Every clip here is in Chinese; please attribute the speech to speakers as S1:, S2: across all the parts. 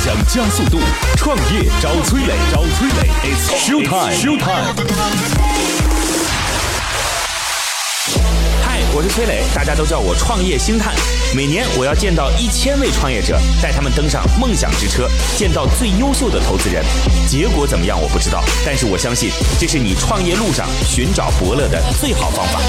S1: 想加速度，创业找崔磊，找崔磊，It's show time，, show time
S2: 嗨，我是崔磊，大家都叫我创业星探。每年我要见到一千位创业者，带他们登上梦想之车，见到最优秀的投资人。结果怎么样我不知道，但是我相信这是你创业路上寻找伯乐的最好方法。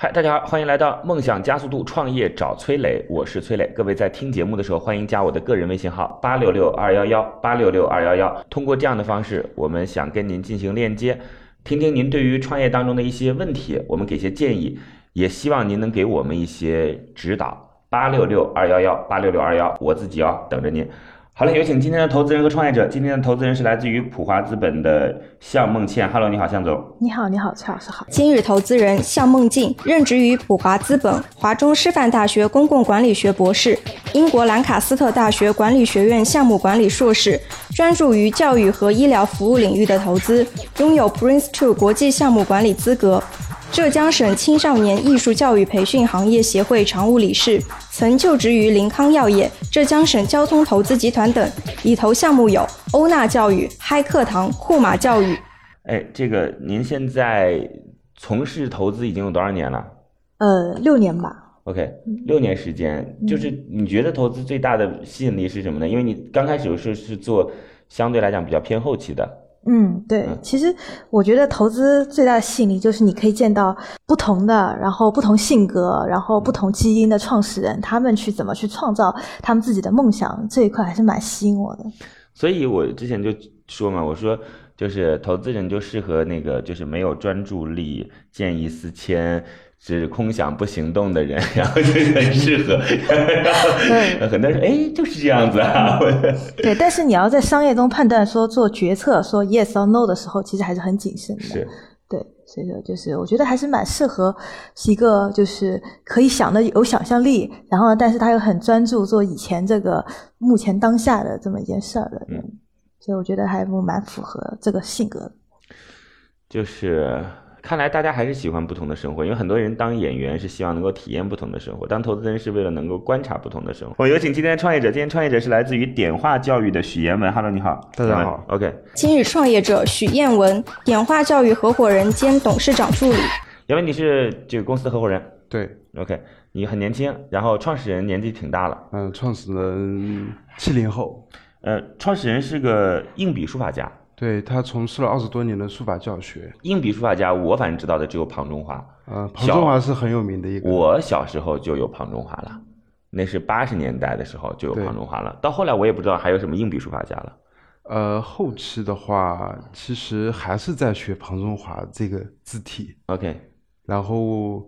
S2: 嗨，大家好，欢迎来到梦想加速度创业找崔磊，我是崔磊。各位在听节目的时候，欢迎加我的个人微信号八六六二幺幺八六六二幺幺。通过这样的方式，我们想跟您进行链接，听听您对于创业当中的一些问题，我们给些建议，也希望您能给我们一些指导。八六六二幺幺八六六二幺，我自己哦，等着您。好了，有请今天的投资人和创业者。今天的投资人是来自于普华资本的向梦倩。Hello，你好，向总。
S3: 你好，你好，崔老师好。
S4: 今日投资人向梦静任职于普华资本、华中师范大学公共管理学博士、英国兰卡斯特大学管理学院项目管理硕士，专注于教育和医疗服务领域的投资，拥有 Prince Two 国际项目管理资格。浙江省青少年艺术教育培训行业协会常务理事，曾就职于林康药业、浙江省交通投资集团等，已投项目有欧纳教育、嗨课堂、库马教育。
S2: 哎，这个您现在从事投资已经有多少年了
S3: 呃，六年吧，
S2: ？OK，六年时间，就是你觉得投资最大的吸引力是什么呢？因为你刚开始是是做相对来讲比较偏后期的，
S3: 嗯，对。
S2: 嗯
S3: 其实我觉得投资最大的吸引力就是你可以见到不同的，然后不同性格，然后不同基因的创始人，他们去怎么去创造他们自己的梦想，这一块还是蛮吸引 我的。
S2: 所以我之前就说嘛，我说就是投资人就适合那个就是没有专注力、见异思迁。只空想不行动的人，然后就是很适合。 然后很多人说：“哎，就是这样子啊。 我”
S3: 对，但是你要在商业中判断说做决策说 yes or no 的时候，其实还是很谨慎的。
S2: 是，
S3: 对，所以说就是我觉得还是蛮适合是一个就是可以想的有想象力，然后呢，但是他又很专注做以前这个目前当下的这么一件事儿的人，
S5: 嗯
S3: 所以我觉得还我蛮符合这个性格的。
S2: 就是看来大家还是喜欢不同的生活，因为很多人当演员是希望能够体验不同的生活，当投资人是为了能够观察不同的生活。我有请今天的创业者，今天创业者是来自于点化教育的许延文。Hello，你好，
S5: 大家好
S2: 嗯，OK，
S4: 今日创业者许燕文，点化教育合伙人兼董事长助理。
S2: 延文你是这个公司的合伙人
S5: 对，
S2: ，OK，你很年轻，然后创始人年纪挺大了，
S5: 嗯、创始人七零后，
S2: 呃，创始人是个硬笔书法家，
S5: 对他从事了二十多年的书法教学。
S2: 硬笔书法家我反正知道的只有庞中华，
S5: 啊、庞中华是很有名的一个，
S2: 我小时候就有庞中华了。那是八十年代的时候就有
S5: 对
S2: 庞中华了，到后来我也不知道还有什么硬笔书法家了。
S5: 呃，后期的话，其实还是在学庞中华这个字体，
S2: OK，
S5: 然后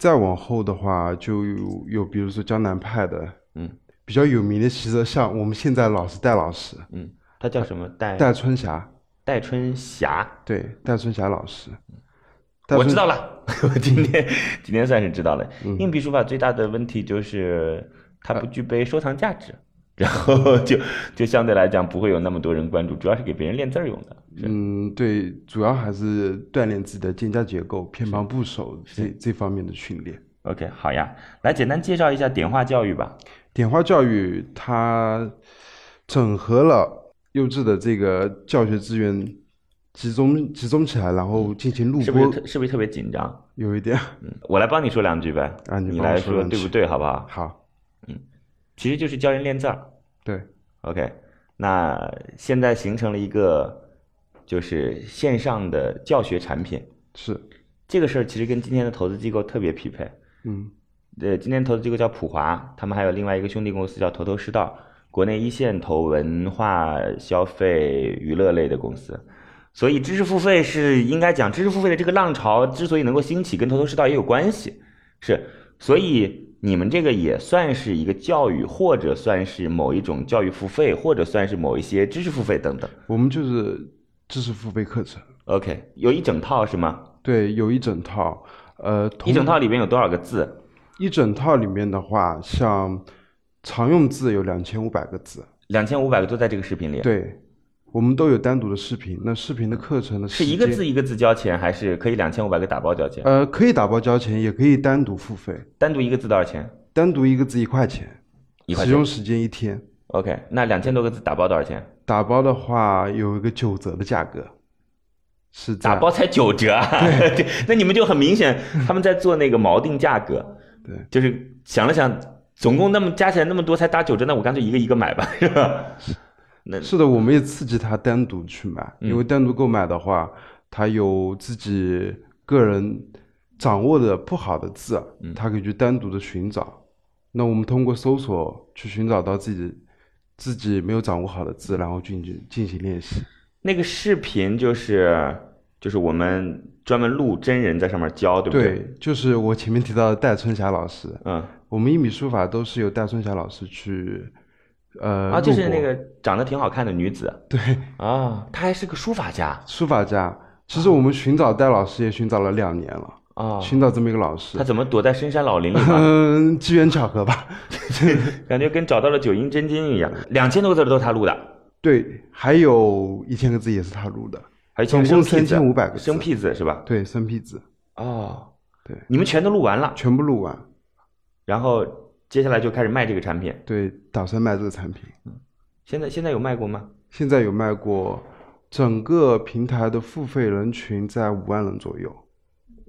S5: 再往后的话，就有有比如说江南派的，
S2: 嗯，
S5: 比较有名的，其实像我们现在老师戴老师，
S2: 嗯，他叫什么？戴
S5: 戴春霞，
S2: 戴春霞，
S5: 对，戴春霞老师，戴
S2: 我
S5: 春
S2: 知道了， 我今天今天算是知道了。
S5: 嗯
S2: 硬笔书法最大的问题就是它不具备收藏价值，然后就就相对来讲不会有那么多人关注，主要是给别人练字儿用的。是
S5: 嗯，对，主要还是锻炼自己的肩胛结构、偏旁部首这这方面的训练。
S2: OK，好呀，来简单介绍一下点化教育吧。
S5: 点化教育它整合了优质的这个教学资源，集中集中起来，然后进行录
S2: 是不是
S5: 播，
S2: 特是不是特别紧张？
S5: 有一点
S2: 嗯，我来帮你说两句呗。
S5: 啊你
S2: 你
S5: 帮我
S2: 来
S5: 说
S2: 说
S5: 两
S2: 对不
S5: 句
S2: 对，好不好？
S5: 好，
S2: 其实就是教人练字儿。
S5: 对，
S2: OK，那现在形成了一个就是线上的教学产品，
S5: 是，
S2: 这个事儿其实跟今天的投资机构特别匹配。
S5: 嗯，
S2: 呃，今天投资机构叫普华，他们还有另外一个兄弟公司叫头头是道，国内一线投文化、消费、娱乐类的公司。所以知识付费是应该讲，知识付费的这个浪潮之所以能够兴起，跟头头是道也有关系。是，所以你们这个也算是一个教育，或者算是某一种教育付费，或者算是某一些知识付费等等。
S5: 我们就是知识付费课程，
S2: OK，有一整套是吗？
S5: 对，有一整套，呃，
S2: 一
S5: 同
S2: 整套里边有多少个字？
S5: 一整套里面的话，像常用字有两千五百个字，
S2: 两千五百个都在这个视频里。，
S5: 对，我们都有单独的视频。那视频的课程呢，
S2: 是一个字一个字交钱，还
S5: 呃
S2: 是可以两千五百个打包交钱？
S5: 呃，可以打包交钱，也可以单独付费。
S2: 单独一个字多少钱？
S5: 单独一个字一块钱，
S2: 一块
S5: 使
S2: 钱
S5: 用时间一天。
S2: OK，那两千多个字打包多少钱？
S5: 打包的话有一个九折的价格，是这
S2: 打
S5: 样
S2: 包才九折啊！ 对，那你们就很明显，他们在做那个锚定价格，
S5: 对，
S2: 就是想了想，总共那么加起来那么多才打九折，那我干脆一个一个买吧，是吧？那
S5: 是的，我们也刺激他单独去买，
S2: 嗯
S5: 因为单独购买的话，他有自己个人掌握的不好的字，啊
S2: 嗯
S5: 他可以去单独的寻找。那我们通过搜索去寻找到自己自己没有掌握好的字，然后进行进行练习。
S2: 那个视频就是就是我们专门录真人在上面教，对不对？
S5: 对，就是我前面提到的戴春霞老师，
S2: 嗯，
S5: 我们一米书法都是由戴春霞老师去，呃，
S2: 啊，就是
S5: 录播
S2: 那个长得挺好看的女子，对啊，她还是个书法家
S5: 书法家。其实我们寻找戴老师也寻找了两年了，
S2: 啊，
S5: 寻找这么一个老师
S2: 她，怎么躲在深山老 林里嘛？
S5: 嗯，机缘巧合吧。
S2: 感觉跟找到了九阴真经一样，两千多个字都是她录的，
S5: 对，还有一千个字也是他录的，
S2: 还有一千
S5: 总共
S2: 生僻字
S5: 3500个字
S2: 生僻字是吧？
S5: 对，生僻字
S2: 哦，
S5: 对
S2: 你们全都录完了，
S5: 全部录完，
S2: 然后接下来就开始卖这个产品。
S5: 对，打算卖这个产品。
S2: 现在现在有卖过吗？
S5: 现在有卖过，整个平台的付费人群在五万人左右，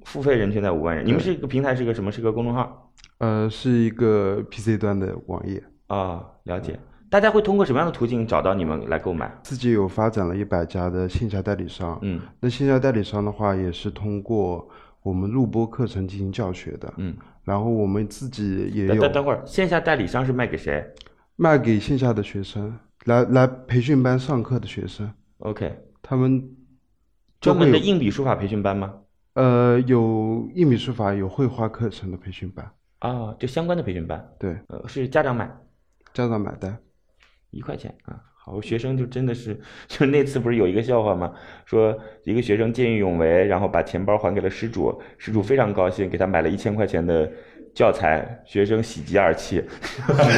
S2: 付费人群在五万人，你们是一个平台，是个什么？是个公众号
S5: 呃，是一个 PC 端的网页，
S2: 啊、了解。
S5: 嗯
S2: 大家会通过什么样的途径找到你们来购买？
S5: 自己有发展了一百家的线下代理商。
S2: 嗯
S5: 那线下代理商的话，也是通过我们录播课程进行教学的，
S2: 嗯，
S5: 然后我们自己也
S2: 等
S5: 有
S2: 等等会儿，线下代理商是卖给谁
S5: 卖给线下的学生，来来培训班上课的学生，
S2: ？OK，
S5: 他们
S2: 专门
S5: 会
S2: 的
S5: 有
S2: 硬笔书法培训班吗？
S5: 呃，有一米书法，有绘画课程的培训班，
S2: 啊、就相关的培训班，
S5: 对，
S2: 呃，是家长买
S5: 家长买单。
S2: 一块钱啊。好，
S5: 嗯
S2: 学生就真的是，就是那次不是有一个笑话吗？说一个学生见义勇为，然后把钱包还给了失主，失主非常高兴，给他买了一千块钱的教材，学生喜极而泣。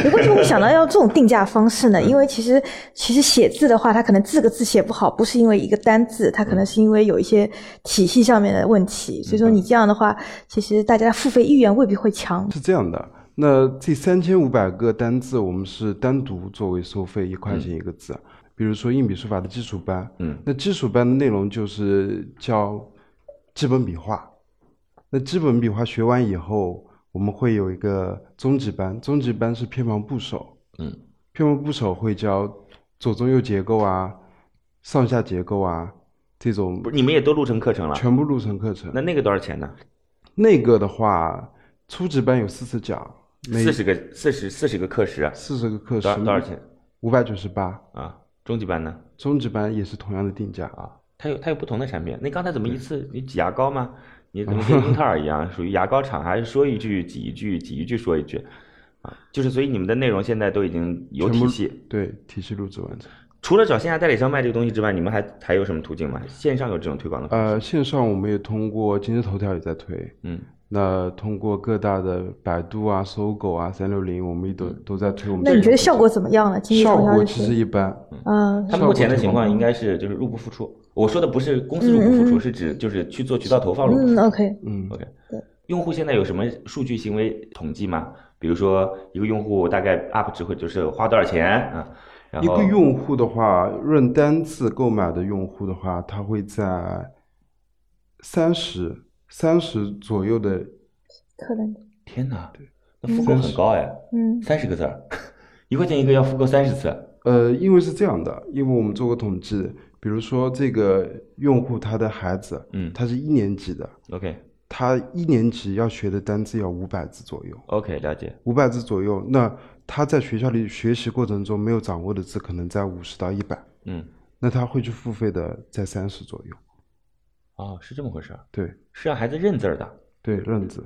S3: 你为什么会想到要这种定价方式
S5: 嗯
S3: 呢？因为其实其实写字的话，它可能字个字写不好，不是因为一个单字，它可
S5: 嗯
S3: 能是因为有一些体系上面的问题。所以说你这样的话，其实大家付费意愿未必会强。
S5: 是这样的，那这三千五百个单字，我们是单独作为收费，一块钱一个字。比如说硬笔书法的基础班，
S2: 嗯
S5: 那基础班的内容就是教基本笔画。那基本笔画学完以后，我们会有一个中级班，中级班是偏旁部首，
S2: 嗯，
S5: 偏旁部首会教左中右结构啊、上下结构啊这种
S2: 不是，你们也都录成课程了？
S5: 全部录成课程。
S2: 那那个多少钱呢？
S5: 那个的话，初级班有四十讲，每
S2: 四十个四十四十个课时啊，
S5: 四十个课时
S2: 多少多少钱？
S5: 五百九十八。
S2: 啊？中级班呢？
S5: 中级班也是同样的定价，
S2: 啊，它有它有不同的产品。那刚才怎么
S5: 嗯
S2: 一次你挤牙膏吗？你 怎么跟英特尔一样，属于牙膏厂，还是说一句挤一句，挤一句说一句？啊，就是所以你们的内容现在都已经有
S5: 全部
S2: 体系。
S5: 对体系录制完成。
S2: 除了找线下代理商卖这个东西之外，你们还还有什么途径吗？线上有这种推广的方式？
S5: 呃，线上我们也通过今日头条也在推，
S3: 呃
S2: 嗯，
S5: 那通过各大的百度啊、搜狗啊、三六零，我们也都
S2: 嗯
S5: 都在推我们
S3: 那
S5: 的。
S3: 你觉得效果怎么样呢？今天
S5: 效
S3: 好像
S5: 果
S3: 是
S5: 其实一般，
S3: 嗯，
S2: 他们目前的情况应该是就是入不敷出。我说的不是公司入不敷
S3: 嗯嗯
S2: 出，
S3: 嗯
S2: 是指就是去做渠道投放入不敷
S3: 嗯
S2: 出。
S3: ，OK，
S5: 嗯，
S2: OK，用户现在有什么数据行为统计吗？比如说一个用户大概 up 值会就是花多少钱啊？然
S5: 一
S2: 后
S5: 个用户的话，论单次购买的用户的话，他会在三十三十左右的，
S3: 可能，
S2: 天哪，那复购很高哎，
S3: 嗯
S2: 三十个字儿， 一块钱一个要复购三十次，
S5: 呃，因为是这样的，因为我们做过统计，比如说这个用户他的孩子，
S2: 嗯
S5: 他是一年级的，
S2: ，OK
S5: 他一年级要学的单词要五百字左右，
S2: OK，了解，
S5: 五百字左右，那他在学校里学习过程中没有掌握的字，可能在五十到一百，
S2: 嗯，
S5: 那他会去付费的在三十左右，
S2: 哦，是这么回事儿，
S5: 对
S2: 是让孩子认字儿的，
S5: 对，认字。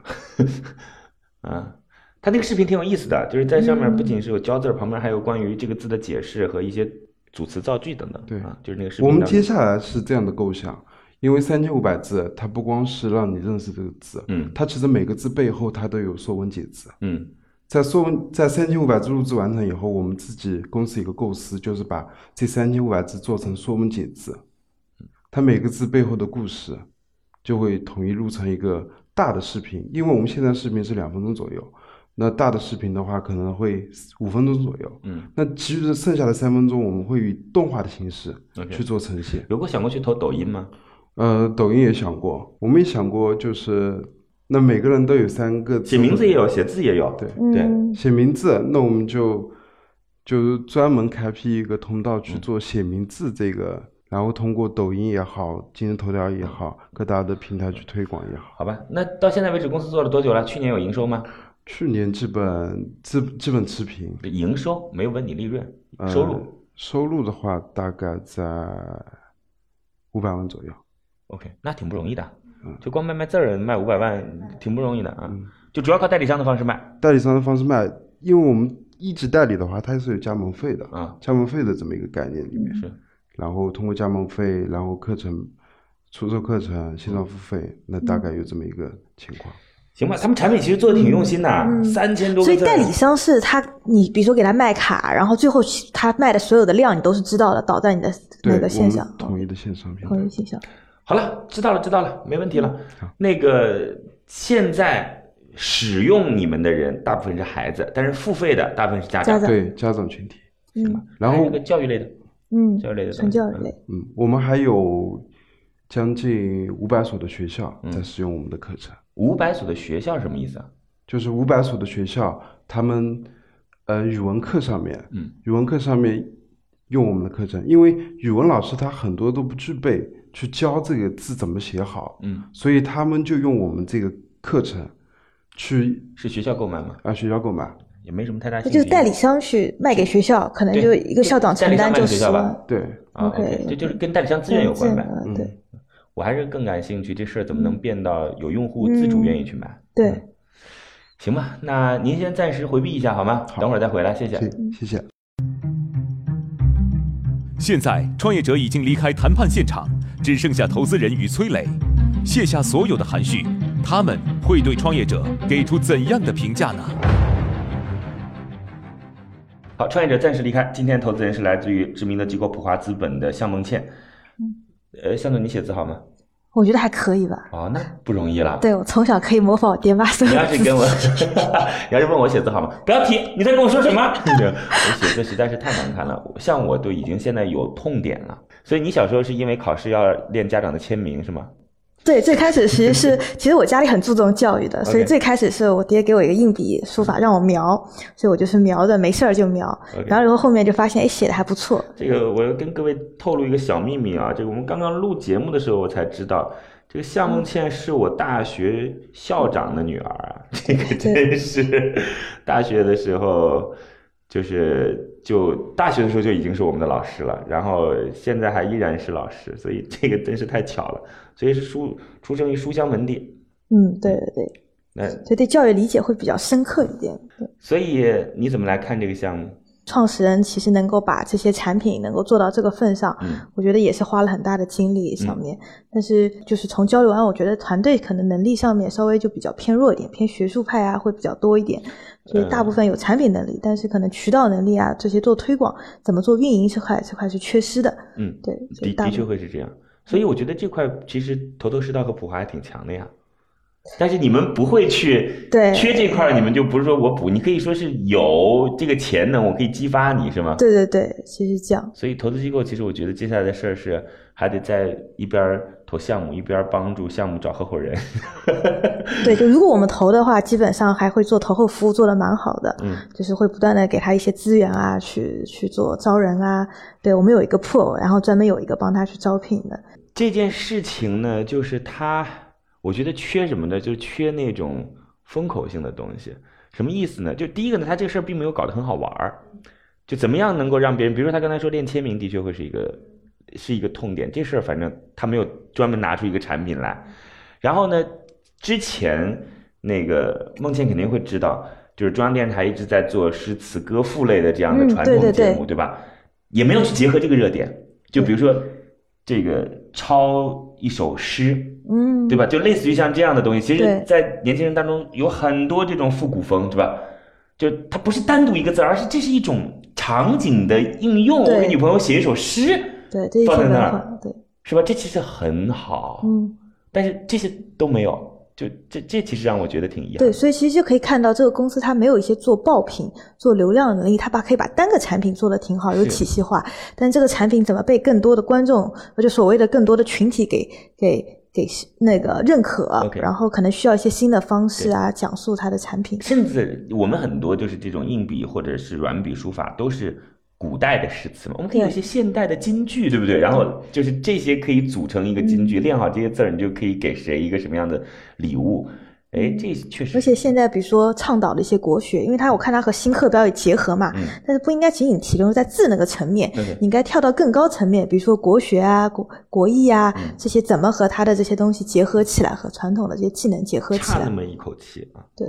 S2: 啊，他那个视频挺有意思的，就是在上面不仅是有教字儿，旁边还有关于这个字的解释和一些组词造句等等，
S5: 对
S2: 啊，就是那个视频
S5: 我们
S2: 当
S5: 接
S2: 中，
S5: 下来是这样的构想，因为三千五百字，它不光是让你认识这个字，
S2: 嗯
S5: 它其实每个字背后它都有说文解字。
S2: 嗯
S5: 在说文在三千五百字录制完成以后，我们自己公司有个构思，就是把这三千五百字做成说文解字，它每个字背后的故事就会统一录成一个大的视频，因为我们现在视频是两分钟左右，那大的视频的话，可能会五分钟左右。
S2: 嗯，
S5: 那其余的剩下的三分钟，我们会以动画的形式
S2: OK
S5: 去做呈现。
S2: 有过想过去投抖音吗？
S5: 呃，抖音也想过，我们也想过，就是那每个人都有三个字
S2: 写
S5: 母
S2: 名字也有，写字也有。
S5: 对
S2: 对，
S3: 嗯，
S5: 写名字，那我们就就专门开辟一个通道
S2: 嗯
S5: 去做写名字这个，然后通过抖音也好，今日头条也好，
S2: 嗯
S5: 各大的平台去推广也好。
S2: 好吧，那到现在为止公司做了多久了？去年有营收吗？
S5: 去年基本基基本持平，
S2: 营收没有问你利润
S5: 呃、
S2: 收入。
S5: 收入的话大概在五百万左右。
S2: OK，那挺不容易的
S5: 嗯，
S2: 就光卖卖字儿卖五百
S3: 嗯
S2: 万，挺不容易的啊。就主要靠代理商的方式卖
S5: 代理商的方式卖，因为我们一直代理的话，它是有加盟费的，
S2: 啊，
S5: 加盟费的这么一个概念里面。
S2: 是。
S5: 然后通过加盟费，然后课程、出售课程、线上付费，那大概有这么一个情况。
S2: 行吧，他们产品其实做的挺用心的，三千多
S3: 嗯
S2: 个
S3: 所以
S2: 字儿。
S3: 代理商是他，你比如说给他卖卡，然后最后他卖的所有的量你都是知道的，导在你的
S5: 对，
S3: 那个线上
S5: 我，们统一的线上平
S3: 统一
S5: 台。
S3: 线上。
S2: 好了，知道了，知道了，没问题
S3: 嗯
S2: 了
S5: 好。
S2: 那个现在使用你们的人大部分是孩子，但是付费的大部分是家
S3: 家
S2: 长
S3: 长。
S5: 对家长群体，
S3: 嗯
S5: 然
S2: 还有
S5: 后
S2: 那个教育类的，
S3: 嗯，
S2: 教育类的东西
S3: 纯教育类。
S5: 嗯，我们还有将近五百所的学校
S2: 嗯
S5: 在使用我们的课程，
S2: 五百所的学校是什么意思啊？
S5: 就是五百所的学校，他们呃语文课上面，
S2: 嗯，
S5: 语文课上面用我们的课程，因为语文老师他很多都不具备去教这个字怎么写好，
S2: 嗯，
S5: 所以他们就用我们这个课程去
S2: 是学校购买吗？
S5: 啊学校购买。
S2: 也没什么太大
S3: 那
S2: 兴趣。
S3: 就是代理商去卖给学校，可能
S2: 对
S3: 就一个校长
S2: 代
S3: 承
S2: 理商
S3: 担
S2: 卖给
S3: 就
S2: 学
S3: 十
S2: 校吧
S3: 万，
S5: 对，
S2: 啊
S3: OK，
S2: ，OK，这
S3: OK
S2: 就是跟代理商资源有关呗。
S3: 嗯对
S2: 我还是更感兴趣，这事儿怎么能变到有用户自主愿意去买？
S3: 嗯
S2: 嗯
S3: 对。
S2: 行吧，那您先暂时回避一下好吗？等会儿再回来，谢谢。
S5: 谢谢谢。
S1: 现在，创业者已经离开谈判现场，只剩下投资人与崔磊，卸下所有的含蓄，他们会对创业者给出怎样的评价呢？
S2: 好，创业者暂时离开。今天投资人是来自于知名的机构普华资本的向梦倩。呃，向总，你写字好吗？
S3: 我觉得还可以吧。
S2: 哦，那不容易了。
S3: 对我从小可以模仿我爹妈所
S2: 你
S3: 有
S2: 要
S3: 的
S2: 是
S3: 字
S2: 跟我，你要是问我写字好吗？不要提，你在跟我说什么？ 我写字实在是太难看了，像我都已经现在有痛点了。所以你小时候是因为考试要练家长的签名是吗？
S3: 对，最开始其 实是，其实我家里很注重教育的，所以
S2: OK
S3: 最开始是我爹给我一个硬笔书法让我描，所以我就是描的，没事儿就描。
S2: OK
S3: 然后然后后面就发现，哎，写的还不错。
S2: 这个我要跟各位透露一个小秘密啊，这个我们刚刚录节目的时候我才知道，这个夏梦倩是我大学校长的女儿啊， 这个真是大学的时候就是就大学的时候就已经是我们的老师了，然后现在还依然是老师，所以这个真是太巧了，所以是书出生于书香门第。
S3: 嗯，对对对，
S2: 那
S3: 所以对教育理解会比较深刻一点。对
S2: 所以你怎么来看这个项目？
S3: 创始人其实能够把这些产品能够做到这个份上，
S2: 嗯
S3: 我觉得也是花了很大的精力上面。但是就是从交流完，我觉得团队可能能力上面稍微就比较偏弱一点，偏学术派啊会比较多一点。所以大
S2: 嗯
S3: 部分有产品能力，但是可能渠道能力啊这些做推广、怎么做运营这块这块是缺失的。
S2: 嗯，
S3: 对，所以
S2: 的
S3: 大
S2: 的
S3: 部嗯
S2: 确会是这样，所以我觉得这块其实头头是道和普华还挺强的呀。但是你们不会去
S3: 对
S2: 缺这块，你们就不是说我补，你可以说是有这个潜能，我可以激发你，是吗？
S3: 对对对，其实这样。
S2: 所以投资机构其实我觉得接下来的事儿是还得在一边儿投项目，一边儿帮助项目找合伙人。
S3: 对，就如果我们投的话，基本上还会做投后服务，做的蛮好的。
S2: 嗯，
S3: 就是会不断的给他一些资源啊，去去做招人啊。对我们有一个 pool，然后专门有一个帮他去招聘的。
S2: 这件事情呢，就是它，我觉得缺什么呢？就是缺那种风口性的东西。什么意思呢？就第一个呢，他这个事儿并没有搞得很好玩儿，就怎么样能够让别人，比如说他刚才说练签名，的确会是一个是一个痛点。这事儿反正他没有专门拿出一个产品来。然后呢，之前那个孟倩肯定会知道，就是中央电视台一直在做诗词歌赋类的这样的
S3: 嗯
S2: 传
S3: 对
S2: 统
S3: 对
S2: 节目，
S3: 对
S2: 对吧？也没有去结合这个热点。就比如说这个抄一首诗，
S3: 嗯，
S2: 对吧？就类似于像这样的东西，其实
S3: 对，
S2: 在年轻人当中有很多这种复古风，对吧？就它不是单独一个字儿，而是这是一种场景的应用。
S3: 对
S2: 我给女朋友写一首诗，
S3: 对，这一
S2: 放
S3: 些
S2: 在那
S3: 文
S2: 儿
S3: 化，对，
S2: 是吧？这其实很好，
S3: 嗯，
S2: 但是这些都没有。就这这其实让我觉得挺遗憾。
S3: 对，所以其实就可以看到这个公司它没有一些做爆品、做流量的能力，它把可以把单个产品做得挺好，有
S2: 是
S3: 体系化，但这个产品怎么被更多的观众，或者所谓的更多的群体给给给那个认可
S2: OK
S3: 然后可能需要一些新的方式啊，讲述它的产品。
S2: 甚至我们很多就是这种硬笔或者是软笔书法都是古代的诗词嘛，我们可以有一些现代的金句，对不对？然后就是这些可以组成一个金
S3: 嗯
S2: 句，练好这些字儿，你就可以给谁一个什么样的礼物。哎，这确实，
S3: 嗯而且现在比如说倡导的一些国学，因为它我看它和新课标也结合嘛，
S2: 嗯
S3: 但是不应该仅仅停留在字那个层面，
S2: 对对
S3: 你应该跳到更高层面，比如说国学啊、国国艺啊、
S2: 嗯
S3: 这些怎么和它的这些东西结合起来，和传统的这些技能结合起
S2: 差那
S3: 来。
S2: 么一口气啊。
S3: 对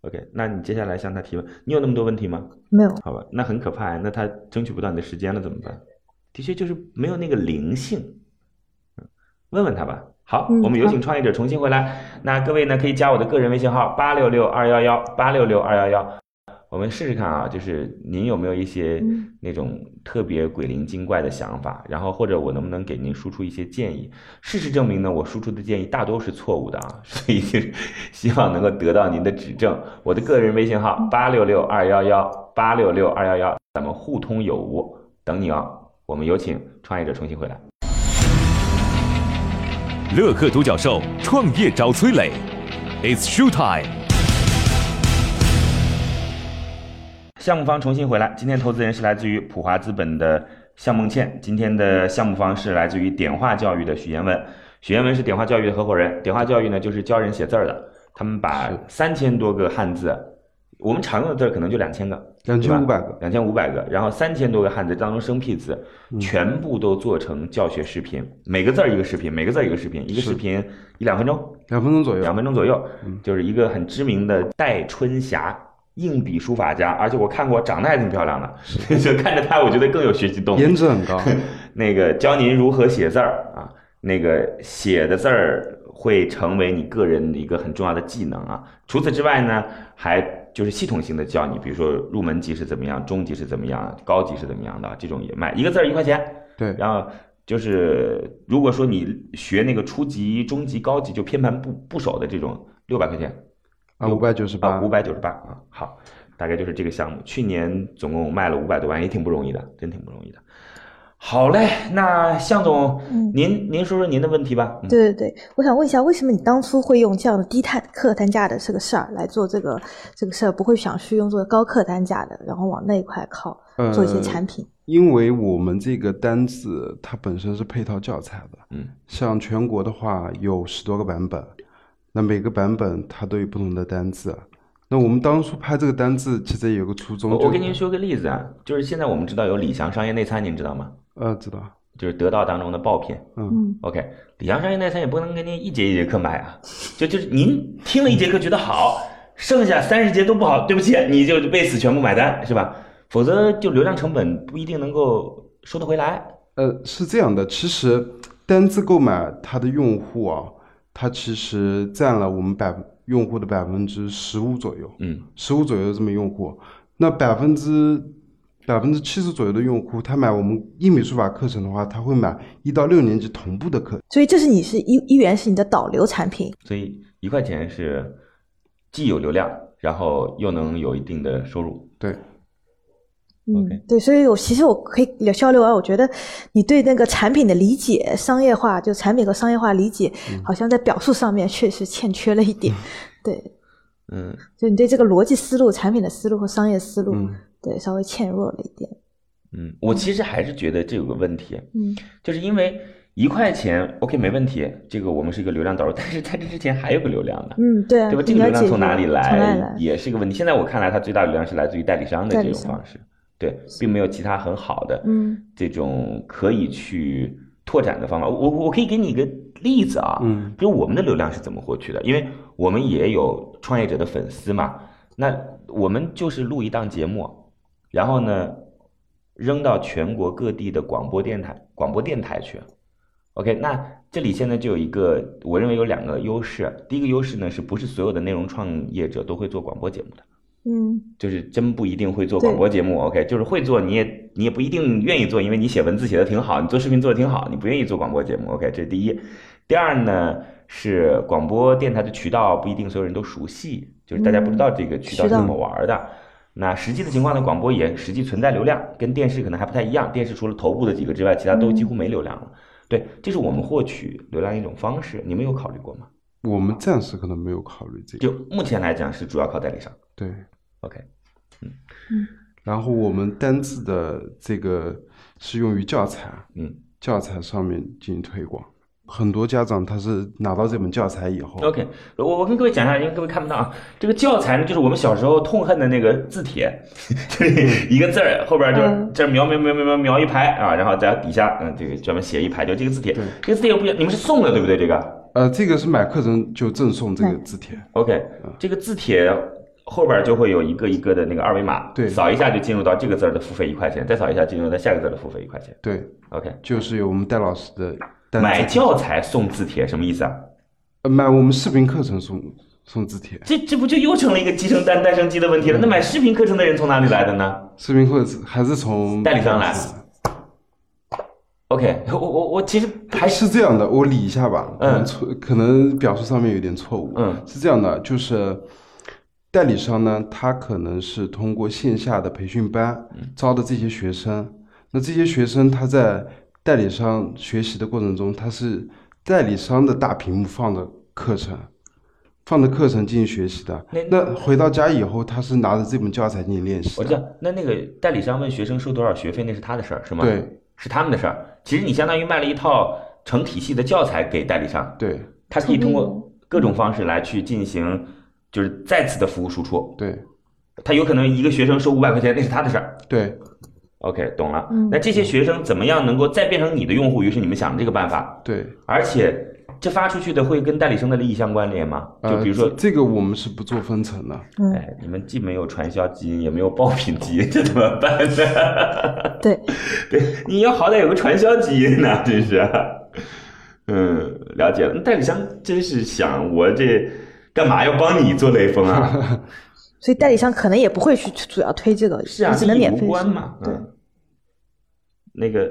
S2: ，OK，那你接下来向他提问，你有那么多问题吗？
S3: 没有，
S2: 好吧，那很可怕呀，那他争取不到你的时间了怎么办？的确就是没有那个灵性。嗯问问他吧。好，
S3: 嗯
S2: 我们有
S3: 好
S2: 请创业者重新回来。那各位呢，可以加我的个人微信号八六六二幺幺八六六二幺幺。我们试试看啊，就是您有没有一些
S3: 嗯
S2: 那种特别鬼灵精怪的想法，然后或者我能不能给您输出一些建议？事实证明呢，我输出的建议大多是错误的啊，所以就是 希望能够得到您的指正。我的个人微信号八六六二幺幺八六六二幺幺，咱们互通有无，等你哦。我们有请创业者重新回来。
S1: 乐客独角兽创业找崔磊，It's show time。
S2: 项目方重新回来，今天投资人是来自于普华资本的向梦倩，今天的项目方是来自于点化教育的许彦文，许彦文是点化教育的合伙人，点化教育呢就是教人写字儿的，他们把三千多个汉字，我们常用的字儿可能就两千个，
S5: 2500个
S2: 两千五百个，然后三千多个汉字当中生僻字，全部都做成教学视频，每个字儿一个视频，每个字儿一个视频，一个
S5: 是
S2: 视频一两分钟，
S5: 两分钟左右，
S2: 两分钟左右，就是一个很知名的戴春霞硬笔书法家，而且我看过，长得还挺漂亮的， 就看着她，我觉得更有学习动
S5: 颜
S2: 力。
S5: 值很高，
S2: 那个教您如何写字儿啊，那个写的字儿会成为你个人的一个很重要的技能啊。除此之外呢，还就是系统性的教你，比如说入门级是怎么样，中级是怎么样，高级是怎么样的，这种也卖，一个字儿一块钱。
S5: 对，
S2: 然后就是，如果说你学那个初级、中级、高级，就偏盘部部首的这种，六百块钱
S5: 啊，五百九十
S2: 啊，
S5: 八
S2: 五，百九十八啊，好，大概就是这个项目。去年总共卖了五百多万，也挺不容易的，真挺不容易的。好嘞，那向总，
S3: 嗯
S2: 您您说说您的问题吧。嗯，
S3: 对对对，我想问一下，为什么你当初会用这样的低碳客单价的这个事儿来做这个这个事儿，不会想去用做高客单价的，然后往那一块靠
S5: 呃
S3: 做一些产品？
S5: 因为我们这个单子它本身是配套教材的，
S2: 嗯，
S5: 像全国的话有十多个版本，那每个版本它都有不同的单字。啊那我们当初拍这个单字，其实也有个初衷，
S2: 我
S5: 就
S2: 我给您，说个例子啊，就是现在我们知道有李翔商业内参，您知道吗？
S5: 呃，知道，
S2: 就是得到当中的爆品。
S5: 嗯，
S3: 嗯，
S2: OK，李阳商业内参也不能给您一节一节课买啊，就就是您听了一节课觉得好，剩下三十节都不好，对不起，你就为此全部买单是吧？否则就流量成本不一定能够收得回来。
S5: 呃，是这样的，其实单字购买它的用户啊，它其实占了我们百用户的百分之十五左右，
S2: 嗯
S5: 十五左右的这么用户，那百分之百分之七十左右的用户，他买我们英语书法课程的话，他会买一到六年级同步的课，
S3: 所以这是你是一一元是你的导流产品，
S2: 所以一块钱是既有流量，然后又能有一定的收入。
S5: 对，
S2: OK
S3: 嗯，对，所以我其实我可以聊交流啊，我觉得你对那个产品的理解、商业化，就产品和商业化理解，
S2: 嗯
S3: 好像在表述上面确实欠缺了一点。对，
S2: 嗯，
S3: 就你对这个逻辑思路、产品的思路和商业思路，
S5: 嗯
S3: 对，稍微欠弱了一点。
S2: 嗯，我其实还是觉得这有个问题，
S3: 嗯，
S2: 就是因为一块钱 OK 没问题，这个我们是一个流量导入，但是在这之前还有个流量呢。
S3: 嗯，对啊，
S2: 对吧？这
S3: 应
S2: 个
S3: 该
S2: 流量
S3: 解
S2: 从
S3: 决
S2: 哪里
S3: 从哪
S2: 来
S3: 里来？
S2: 也是一个问题。现在我看来，它最大流量是来自于代理商的
S3: 代
S2: 这
S3: 理
S2: 种
S3: 商
S2: 方式，对，并没有其他很好的
S3: 嗯
S2: 这种可以去拓展的方法。我我我可以给你一个例子啊，
S5: 嗯，
S2: 比如我们的流量是怎么获取的？因为我们也有创业者的粉丝嘛，那我们就是录一档节目，然后呢，扔到全国各地的广播电台广播电台去，OK，那这里现在就有一个，我认为有两个优势。第一个优势呢，是不是所有的内容创业者都会做广播节目的？
S3: 嗯，
S2: 就是真不一定会做
S3: 对
S2: 广播节目。OK，就是会做，你也你也不一定愿意做，因为你写文字写的挺好，你做视频做的挺好，你不愿意做广播节目。OK，这是第一。第二呢是广播电台的渠道不一定所有人都熟悉，就是大家不知道这个渠道是
S3: 嗯渠道
S2: 怎么玩的。那实际的情况呢，广播也实际存在流量，跟电视可能还不太一样。电视除了头部的几个之外，其他都几乎没流量了。对，这是我们获取流量的一种方式。你们有考虑过吗？
S5: 我们暂时可能没有考虑这
S2: 就
S5: 个，
S2: 目前来讲是主要靠代理商。
S5: 对。
S2: OK，
S5: 然后我们单字的这个是用于教材，
S2: 嗯
S5: 教材上面进行推广。很多家长他是拿到这本教材以后
S2: ，OK，我我跟各位讲一下，因为各位看不到啊，这个教材呢，就是我们小时候痛恨的那个字帖，
S5: 嗯
S2: 就是一个字儿后边就是
S3: 嗯
S2: 这儿描描描描描描一排啊，然后在底下嗯，这个专门写一排，就这个字帖
S5: 对，
S2: 这个字帖不一样，你们是送的对不对？这个
S5: 呃，这个是买课程就赠送这个
S3: 对
S5: 字帖，
S2: OK，这
S5: 嗯
S2: 个字帖。后边就会有一个一个的那个二维码，
S5: 对
S2: 扫一下就进入到这个字儿的付费一块钱，再扫一下进入到下个字儿的付费一块钱。
S5: 对，
S2: OK，
S5: 就是有我们戴老师的单
S2: 买
S5: 字、
S2: 教材送字帖什么意思啊？
S5: 呃买我们视频课程送送字帖，
S2: 这这不就又成了一个鸡生蛋，蛋生鸡的问题了？那买视频课程的人从哪里来的呢
S5: 视频课程还是从
S2: 代理商来？OK，我 我我其实还 是
S5: 是这样的，我理一下吧，可
S2: 嗯
S5: 能错，可能表述上面有点错误，
S2: 嗯，
S5: 是这样的，就是代理商呢，他可能是通过线下的培训班
S2: 嗯
S5: 招的这些学生，那这些学生他在代理商学习的过程中，他是代理商的大屏幕放的课程。放的课程进行学习的
S2: 那，
S5: 那回到家以后，他是拿着这本教材进行练习
S2: 我
S5: 的。
S2: 知道，那那个代理商问学生收多少学费，那是他的事儿，是吗？
S5: 对，
S2: 是他们的事儿。其实你相当于卖了一套成体系的教材给代理商，
S5: 对
S2: 他可以通
S3: 聪明
S2: 过各种方式来去进行，就是再次的服务输出。
S5: 对
S2: 他有可能一个学生收五百块钱，那是他的事儿。
S5: 对，
S2: OK，懂了
S3: 嗯。
S2: 那这些学生怎么样能够再变成你的用户？于是你们想这个办法，
S5: 对，
S2: 而且这发出去的会跟代理商的利益相关联吗？就
S5: 呃，
S2: 比如说
S5: 这，这个我们是不做分层的，
S3: 嗯，
S2: 哎，你们既没有传销基因，也没有爆品基因， 这怎么办呢？
S3: 对，
S2: 对，你要好歹有个传销基因呢、真是。嗯，了解了。代理商真是想我这干嘛要帮你做雷锋 啊？
S3: 所以代理商可能也不会去主要推这个，
S2: 是啊，
S3: 只能
S2: 利益
S3: 免
S2: 无
S3: 费
S2: 关
S3: 送
S2: 嘛。
S3: 对，
S2: 嗯。那个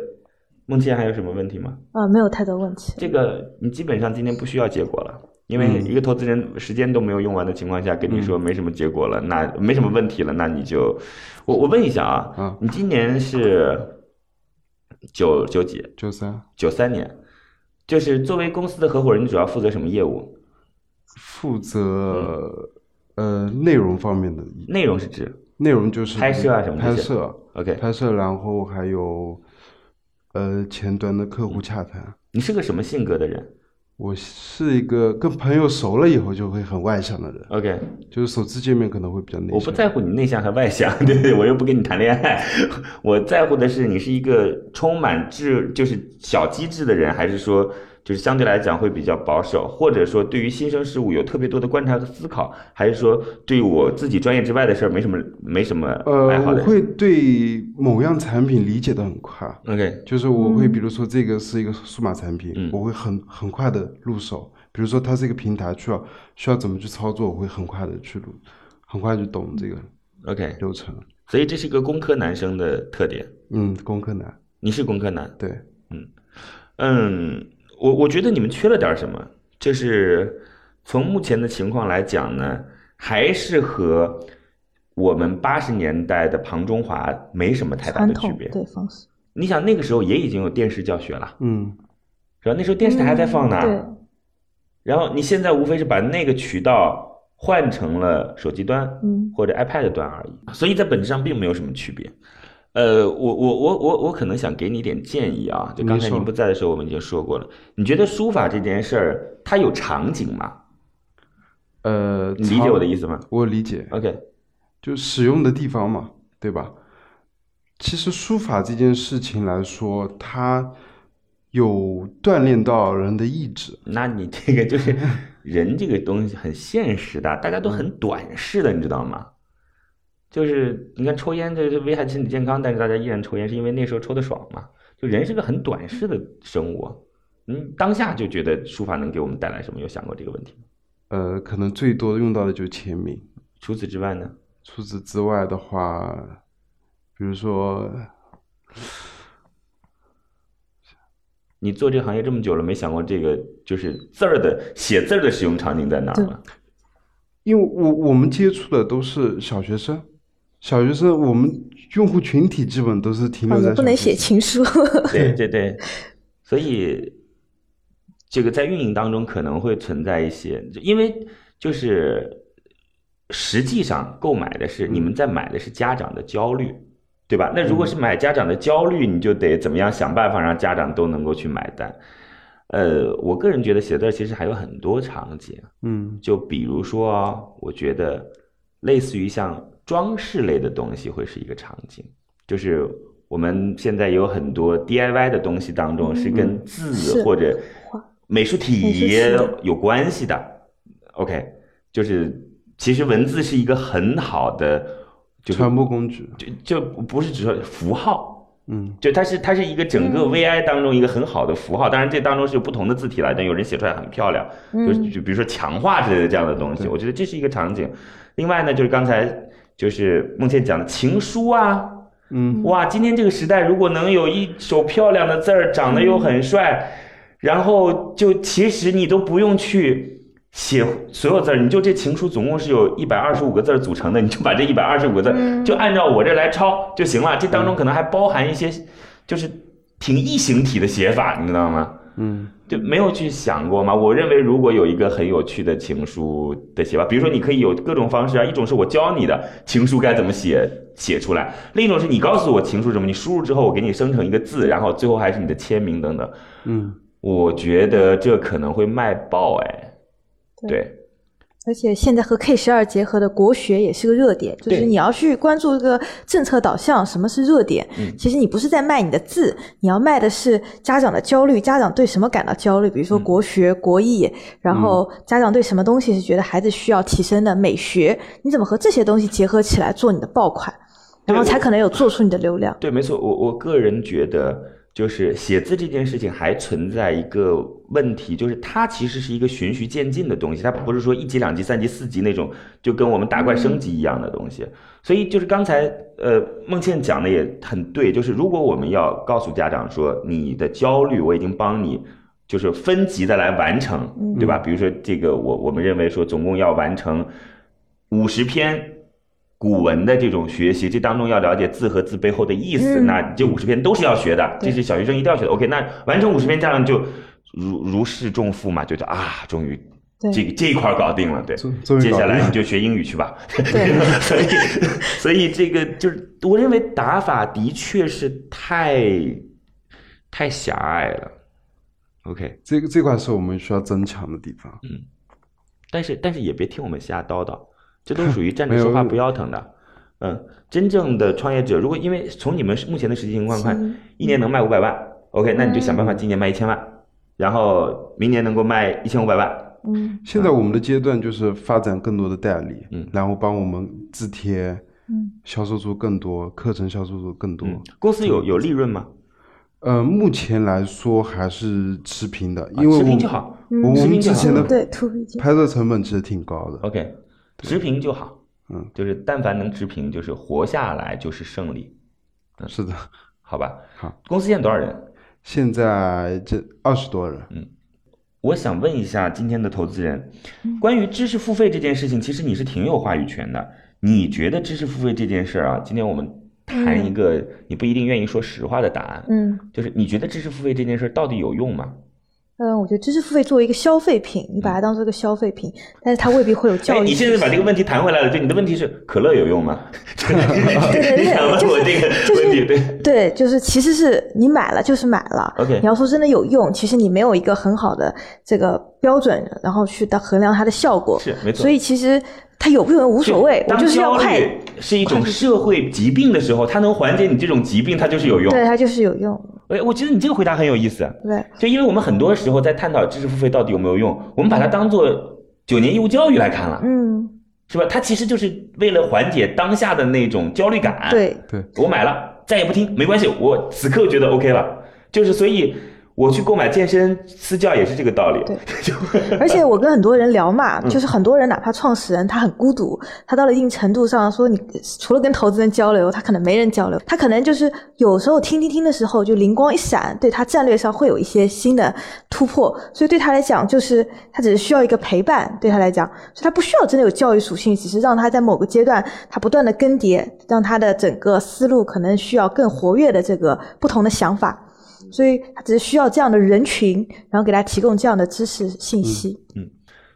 S2: 梦倩还有什么问题吗？
S3: 啊，没有太多问题。
S2: 这个你基本上今天不需要结果了，因为
S5: 嗯
S2: 一个投资人时间都没有用完的情况下，跟你说没什么结果了，那没什么问题了，那你就，我我问一下啊，
S5: 嗯
S2: 你今年是九九几？
S5: 九三
S2: 九三年，就是作为公司的合伙人，你主要负责什么业务？
S5: 负
S2: 嗯
S5: 责、呃内容方面的
S2: 内容是指
S5: 内容就是
S2: 拍摄啊什么这
S5: 拍
S2: 些
S5: 摄
S2: OK，
S5: 拍摄，然后还有呃前端的客户洽谈。
S2: 你是个什么性格的人
S5: 我是一个跟朋友熟了以后就会很外向的人，
S2: ？OK，
S5: 就是首次见面可能会比较内向。
S2: 我不在乎你内向和外向， 对不对？我又不跟你谈恋爱， 我在乎的是你是一个充满智，就是小机智的人，还是说就是相对来讲会比较保守，或者说对于新生事物有特别多的观察和思考，还是说对我自己专业之外的事儿没什么没什么
S5: 呃，
S2: 爱好
S5: 我
S2: 的人？
S5: 会对某样产品理解的很快，
S2: OK，
S5: 就是我会
S3: 嗯
S5: 比如说这个是一个数码产品，
S2: 嗯
S5: 我会很很快的入手。比如说它是一个平台，需要需要怎么去操作，我会很快的去入，很快就懂这个
S2: OK，
S5: 流程。
S2: 所以这是一个工科男生的特点。
S5: 嗯，功课难，
S2: 你是工科男，
S5: 对，
S2: 嗯，我我觉得你们缺了点儿什么，就是从目前的情况来讲呢，还是和我们八十年代的庞中华没什么太大
S3: 传
S2: 的区
S3: 统
S2: 别。
S3: 对方式，
S2: 你想那个时候也已经有电视教学了，
S5: 嗯，
S2: 是吧？那时候电视台还在放呢。
S3: 嗯
S2: 然后你现在无非是把那个渠道换成了手机端，
S3: 嗯
S2: 或者 iPad 端而已，所以在本质上并没有什么区别。呃，我我我我我可能想给你一点建议啊，就刚才
S5: 您说
S2: 您不在的时候，我们已经说过了。你觉得书法这件事儿，它有场景吗？
S5: 呃，
S2: 你理解我的呃
S5: 思？
S2: 意思吗
S5: 我理解，
S2: ？OK，
S5: 就使用的地方嘛，对吧？其实书法这件事情来说，它有锻炼到人的意志，
S2: 那你这个就是人这个东西很现实的，大家都很短视的，你知道吗？就是你看抽烟这这危害身体健康，但是大家依然抽烟，是因为那时候抽的爽嘛。就人是个很短视的生物啊，嗯，当下就觉得书法能给我们带来什么？有想过这个问题吗？
S5: 呃，可能最多用到的就是签名。
S2: 除此之外呢？
S5: 除此之外的话，比如说，
S2: 你做这个行业这么久了，没想过这个就是字儿的写字儿的使用场景在哪儿吗？
S5: 因为我我们接触的都是小学生，小学生我们用户群体基本都是停
S3: 哦，
S5: 留在
S3: 也不能
S5: 小学
S3: 写
S5: 生
S3: 情书，
S2: 对对对，所以这个在运营当中可能会存在一些，就因为就是实际上购买的是你们在买的是家长的焦虑，对吧？那如果是买家长的焦虑，你就得怎么样想办法让家长都能够去买单。呃，我个人觉得写字儿其实还有很多场景，
S5: 嗯
S2: 就比如说啊、我觉得类似于像装饰类的东西会是一个场景，就是我们现在有很多 DIY 的东西当中是跟字
S3: 嗯是
S2: 或者美术
S3: 美术
S2: 体
S3: 体的
S2: 有关系的。OK，就是其实文字是一个很好的，就是
S5: 传播工具，
S2: 就就不是只说符号，
S5: 嗯
S2: 就它是它是一个整
S3: 嗯
S2: 个 VI 当中一个很好的符号，当然这当中是有不同的字体来，但有人写出来很漂亮，就
S3: 嗯
S2: 就比如说强化之类的这样的东西，
S5: 对
S2: 我觉得这是一个场景。另外呢，就是刚才就是孟倩讲的情书啊，
S5: 嗯，
S2: 哇，今天这个时代如果能有一手漂亮的字儿，长得又很帅，然后就其实你都不用去。写所有字儿，你就这情书总共是有一百二十五个字儿组成的，你就把这一百二十五个字
S5: 嗯
S2: 儿就按照我这来抄就行了。这当中可能还包含一些就是挺异形体的写法，你知道吗？
S5: 嗯
S2: 就没有去想过吗？我认为如果有一个很有趣的情书的写法，比如说你可以有各种方式啊，一种是我教你的情书该怎么写写出来，另一种是你告诉我情书怎么，你输入之后我给你生成一个字，然后最后还是你的签名等等。
S5: 嗯，
S2: 我觉得这可能会卖爆哎，
S3: 对
S2: 对，
S3: 而且现在和 K 十二结合的国学也是个热点，就
S2: 对
S3: 是你要去关注这个政策导向，什么是热点。
S2: 嗯
S3: 其实你不是在卖你的字，你要卖的是家长的焦虑，家长对什么感到焦虑，比如说
S2: 嗯
S3: 国学、国艺，然后家长对什么东西是觉得孩子需要提升的美学，你怎么和这些东西结合起来做你的爆款，
S2: 对
S3: 然后
S2: 我
S3: 才可能有做出你的流量。
S2: 对，没错，我我个人觉得，就是写字这件事情还存在一个问题，就是它其实是一个循序渐进的东西，它不是说一级、两级、三级、四级那种，就跟我们打怪升级一样的东西。所以就是刚才呃孟倩讲的也很对，就是如果我们要告诉家长说你的焦虑，我已经帮你。就是分级的来完成，
S3: 嗯
S2: 对吧？比如说这个，我我们认为说总共要完成五十篇古文的这种学习，这当中要了解字和字背后的意思。
S3: 嗯
S2: 那这五十篇都是要学的，这
S3: 对
S2: 是小学生一定要学的。OK，那完成五十篇，家长就如如释重负嘛，觉得啊，终于
S3: 对
S2: 这个这一块儿搞定了，对。
S5: 终终于
S2: 接下
S5: 搞定
S2: 来
S5: 了
S2: 你就学英语去吧。
S3: 对
S2: 所以，所以这个就是，我认为打法的确是太太狭隘了。OK，
S5: 这个这块是我们需要增强的地方，
S2: 但是但是也别听我们瞎叨叨，这都属于站着
S5: 没有
S2: 说话
S5: 没有
S2: 不腰疼的。嗯，真正的创业者，如果因为从你们目前的实际情况看
S3: 是，
S2: 一年能卖五百万，OK，那你就想办法今年卖一千万，然后明年能够卖一千五百万。
S3: 嗯
S5: 现在我们的阶段就是发展更多的代理，
S2: 嗯
S5: 然后帮我们自贴，
S3: 嗯，
S5: 销售出更多，课程销售出更多。
S2: 嗯，公司有有利润吗？
S5: 呃，目前来说还是持平的，因为
S2: 持
S5: 我
S2: 平
S5: 们
S2: 啊就好
S3: 嗯
S5: 我我
S2: 持平
S5: 们
S2: 就
S5: 之
S2: 好
S5: 前的
S3: 对，to B 就
S5: 拍摄成本其实挺高的，
S2: ，OK，持平就好。
S5: 嗯，
S2: 就是但凡能持平，就是活下来就是胜利，
S5: 是的。
S2: 好吧？
S5: 好，
S2: 公司现在多少人？
S5: 现在这二十多人，
S2: 我想问一下今天的投资人，
S3: 嗯
S2: 关于知识付费这件事情，其实你是挺有话语权的。你觉得知识付费这件事儿啊，今天我们谈一个你不一定愿意说实话的答案，
S3: 嗯。
S2: 就是你觉得知识付费这件事儿到底有用吗？
S3: 嗯，我觉得知识付费作为一个消费品，你把它当做一个消费品，但是它未必会有
S2: 哎，
S3: 教育
S2: 你
S3: 意义。
S2: 现在把这个问题谈回来了，就你的问题是可乐有用吗？ 对
S3: 对对
S2: 你想问我这
S3: 就
S2: 个
S3: 是
S2: 问题，对，
S3: 对，就是其实是你买了就是买了
S2: OK
S3: 你要说真的有用，其实你没有一个很好的这个标准，然后去的衡量它的效果。
S2: 是没错
S3: 所以其实它有不有用无所谓，我
S2: 当
S3: 就是要
S2: 焦
S3: 快，
S2: 虑是一种社会疾病的时候，它能缓解你这种疾病，它就是有用。
S3: 对它就是有用，
S2: 哎，我觉得你这个回答很有意思。啊
S3: 对
S2: 就因为我们很多时候在探讨知识付费到底有没有用，我们把它当做九年义务教育来看了，
S3: 嗯，
S2: 是吧？它其实就是为了缓解当下的那种焦虑感。，
S3: 对，
S5: 对，
S2: 我买了，再也不听没关系，我此刻觉得 OK 了。就是所以，我去购买健身私教也是这个道理。
S3: 对 而且我跟很多人聊嘛，嗯就是很多人哪怕创始人他很孤独，他到了一定程度上说你除了跟投资人交流，他可能没人交流，他可能就是有时候听听听的时候就灵光一闪，对他战略上会有一些新的突破，所以对他来讲就是他只是需要一个陪伴，对他来讲，所以他不需要真的有教育属性，只是让他在某个阶段他不断的更迭，让他的整个思路可能需要更活跃的这个不同的想法。所以他只是需要这样的人群，然后给他提供这样的知识信息。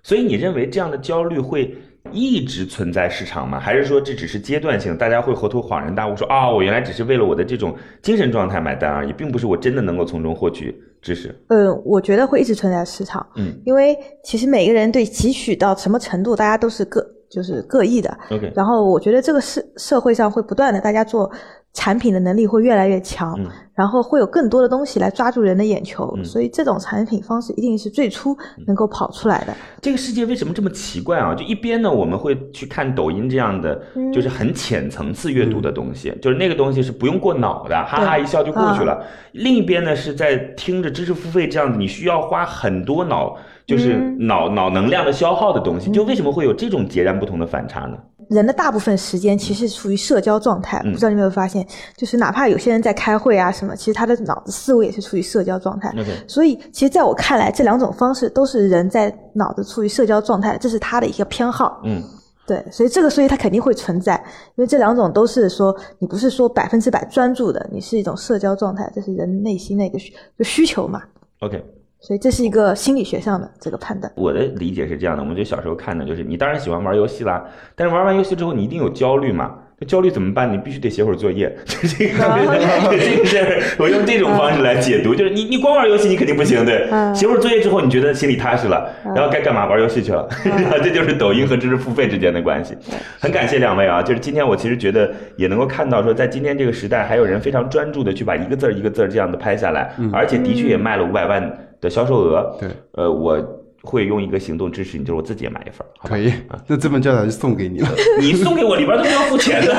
S2: 所以你认为这样的焦虑会一直存在市场吗？还是说这只是阶段性？大家会回头恍然大悟说，啊，我原来只是为了我的这种精神状态买单而已，并不是我真的能够从中获取知识。
S3: 嗯，我觉得会一直存在市场，
S2: 嗯
S3: 因为其实每个人对汲取到什么程度，大家都是各就是各异的。
S2: ，OK，
S3: 然后我觉得这个社社会上会不断的，大家做产品的能力会越来越强，
S2: 嗯
S3: 然后会有更多的东西来抓住人的眼球，
S2: 嗯
S3: 所以这种产品方式一定是最初能够跑出来的。
S2: 这个世界为什么这么奇怪啊？就一边呢，我们会去看抖音这样的，
S3: 嗯
S2: 就是很浅层次阅读的东西，就是那个东西是不用过脑的，哈哈
S3: 对啊
S2: 一笑就过去了。另一边呢，是在听着知识付费这样子，你需要花很多脑，就是
S3: 嗯
S2: 脑、脑能量的消耗的东西。就为什么会有这种截然不同的反差呢？
S3: 人的大部分时间其实处于社交状态，
S2: 嗯
S3: 不知道你有没有发现，就是哪怕有些人在开会啊什么，其实他的脑子思维也是处于社交状态。
S2: OK，
S3: 所以，其实在我看来，这两种方式都是人在脑子处于社交状态，这是他的一个偏好。
S2: 嗯，
S3: 对，所以这个，所以它肯定会存在，因为这两种都是说，你不是说百分之百专注的，你是一种社交状态，这是人内心的一个需就需求嘛。
S2: OK，
S3: 所以这是一个心理学上的这个判断。
S2: 我的理解是这样的，我们就小时候看的就是，你当然喜欢玩游戏啦，但是玩完游戏之后你一定有焦虑嘛。这焦虑怎么办？你必须得写会儿作业， 就这个这个事儿，我用这种方式来解读，就是你你光玩游戏你肯定不行，对，
S3: 嗯
S2: 写会儿作业之后你觉得心里踏实了，然后该干嘛玩游戏去了，然 后这就是抖音和知识付费之间的关系。很感谢两位啊，就是今天我其实觉得也能够看到说，在今天这个时代，还有人非常专注的去把一个字儿一个字儿这样的拍下来，而且的确也卖了五百万的销售额，
S5: 对，
S2: 呃，我会用一个行动支持你，就是我自己也买一份儿，好吧啊嗯
S5: 可以，那这本教材就送给你了。
S2: 你送给我里边都是要付钱的。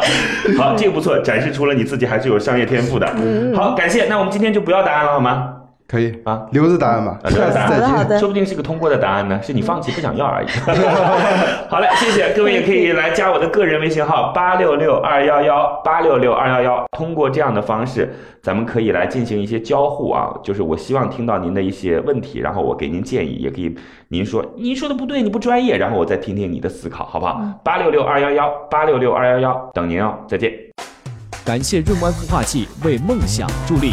S2: 好，这个不错，展示出了你自己还是有商业天赋的。好，感谢，那我们今天就不要答案了，好吗？
S5: 可以
S2: 啊，
S5: 留着答案吧，
S2: 啊留
S5: 下
S2: 着
S5: 次
S2: 答案
S5: 再
S3: 好的好
S5: 见
S3: 的。对
S2: 说不定是个通过的答案呢，是你放弃不想要而已。 好嘞，谢谢各位，也可以来加我的个人微信号八六六二幺幺八六六二幺幺。通过这样的方式，咱们可以来进行一些交互啊。就是我希望听到您的一些问题，然后我给您建议，也可以您说您说的不对，你不专业，然后我再听听你的思考，好不好？
S3: 嗯
S2: 八六六二幺幺八六六二幺幺，等您哦，再见。
S6: 感谢润湾孵化器为梦想助力。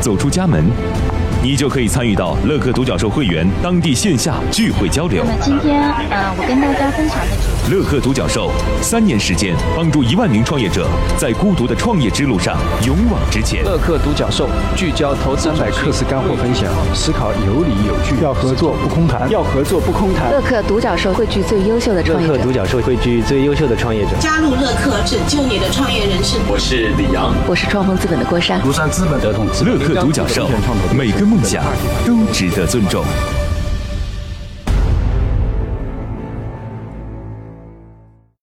S1: 走出家门，你就可以参与到乐客独角兽会员当地线下聚会交流
S7: 那。么今天，呃，我跟大家分享的主题
S1: 乐客独角兽三年时间，帮助一万名创业者在孤独的创业之路上勇往直前。
S6: 乐客独角兽聚焦投资三百课时干货分享，思考有理有据，要合作不空谈，要合作不空谈。
S8: 乐客独角兽汇聚最优秀的创业者。
S6: 角兽汇聚最优秀的创业者。
S9: 加入乐客，拯救你的创业人生。
S8: 我是创丰资本的郭珊。
S6: 庐山资本的统治
S1: 乐客独角兽，每个梦想都值得尊重。